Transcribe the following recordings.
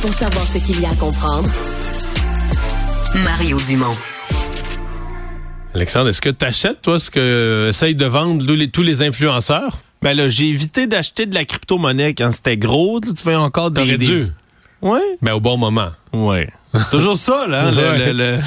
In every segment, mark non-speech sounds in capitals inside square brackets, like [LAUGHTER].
Pour savoir ce qu'il y a à comprendre, Mario Dumont. Alexandre, est-ce que tu achètes, toi, ce que essayent de vendre tous les, tous les influenceurs? Ben là, j'ai évité d'acheter de la crypto-monnaie quand c'était gros. Là, tu fais encore des... T'aurais des- dû, Ouais. mais au bon moment. Ouais. C'est toujours ça, là. hein, le- le- le-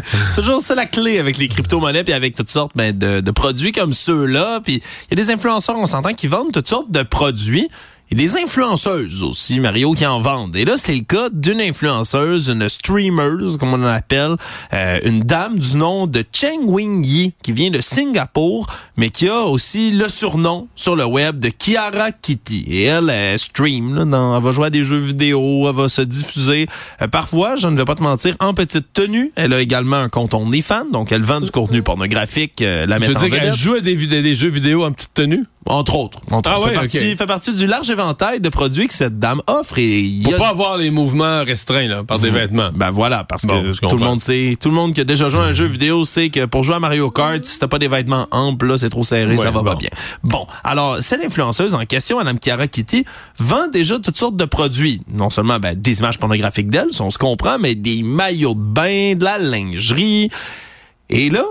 [LAUGHS] c'est toujours ça la clé avec les crypto-monnaies puis avec toutes sortes ben, de, de produits comme ceux-là. Puis il y a des influenceurs, on s'entend, qui vendent toutes sortes de produits. Il y a des influenceuses aussi, Mario, qui en vendent. Et là, c'est le cas d'une influenceuse, une streamer, comme on l'appelle, euh, une dame du nom de Cheng Wing Yi, qui vient de Singapour, mais qui a aussi le surnom sur le web de Kiara Kitty. Et elle, elle stream, là, dans- elle va jouer à des jeux vidéo, elle va se diffuser. Euh, parfois, je ne vais pas te mentir, en petite tenue. Elle a également un compte OnlyFans, donc elle vend du contenu pornographique, euh, la Tu met veux en dire qu'elle vedette. joue à des, vid- des jeux vidéo en petite tenue? Entre autres. Entre Ah autres. ouais, fait, partie, ok. fait partie du large éventail de produits que cette dame offre. Et il y Pour a pas avoir les mouvements restreints là, par des vêtements. Ben voilà, parce Bon, que je tout le comprends. monde sait, tout le monde qui a déjà joué à un jeu vidéo sait que pour jouer à Mario Kart, si t'as pas des vêtements amples, là, c'est trop serré, Ouais, ça va pas bon. bien. Bon, alors cette influenceuse en question, Madame Chiara Kitty, vend déjà toutes sortes de produits. Non seulement ben, des images pornographiques d'elle, si on se comprend, mais des maillots de bain, de la lingerie. Et là,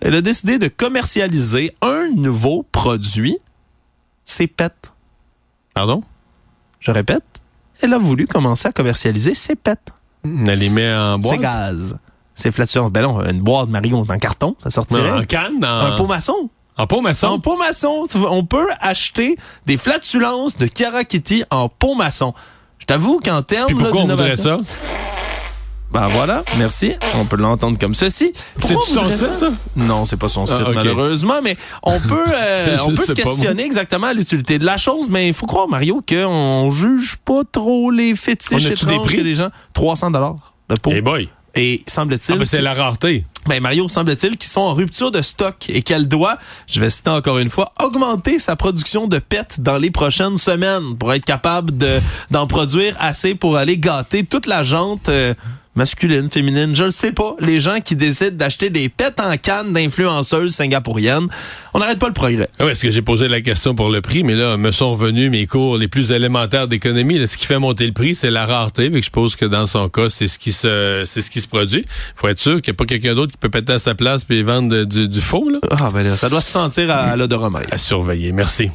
elle a décidé de commercialiser un nouveau produit, ses pets. Pardon? Je répète, elle a voulu commencer à commercialiser ses pets. Elle les met en Mm, C'est boîte? gaz. C'est flatulence. Ben non, une boîte Mario en carton, ça sortirait. Non, en canne? En, Un pot maçon. en pot En maçon? pot maçon, tu vois, on peut acheter des flatulences de Karakiti en pot maçon. Je t'avoue qu'en termes Puis là, pourquoi on voudrait d'innovation- ça? Ben voilà, merci. On peut l'entendre comme ceci. C'est Pourquoi on son voudrait site, ça? Non, c'est pas son site, Ah, ok. malheureusement, mais [LAUGHS] on peut, euh, Je on peut sais se pas, moi. questionner exactement l'utilité de la chose, mais il faut croire, Mario, qu'on juge pas trop les On fétiches a-tu des étranges prix? que les gens. 300 le pot. Eh boy! Et Ah, semble-t-il ben, c'est la rareté. ben Mario, semble-t-il qu'ils sont en rupture de stock et qu'elle doit, je vais citer encore une fois, augmenter sa production de PET dans les prochaines semaines pour être capable de- d'en produire assez pour aller gâter toute la jante euh, masculine, féminine, je le sais pas, les gens qui décident d'acheter des PET en canne d'influenceuses singapouriennes. On n'arrête pas le progrès. Ah, ouais, est-ce que j'ai posé la question pour le prix? Mais là, me sont venus mes cours les plus élémentaires d'économie. Là, Ce qui fait monter le prix, c'est la rareté. Mais je suppose que dans son cas, c'est ce qui se, c'est ce qui se produit. Faut être sûr qu'il n'y a pas quelqu'un d'autre qui peut péter à sa place puis vendre de- du, du faux, là. Ah ben là, ça doit se sentir à, l'odorat, Mario. À surveiller. Merci.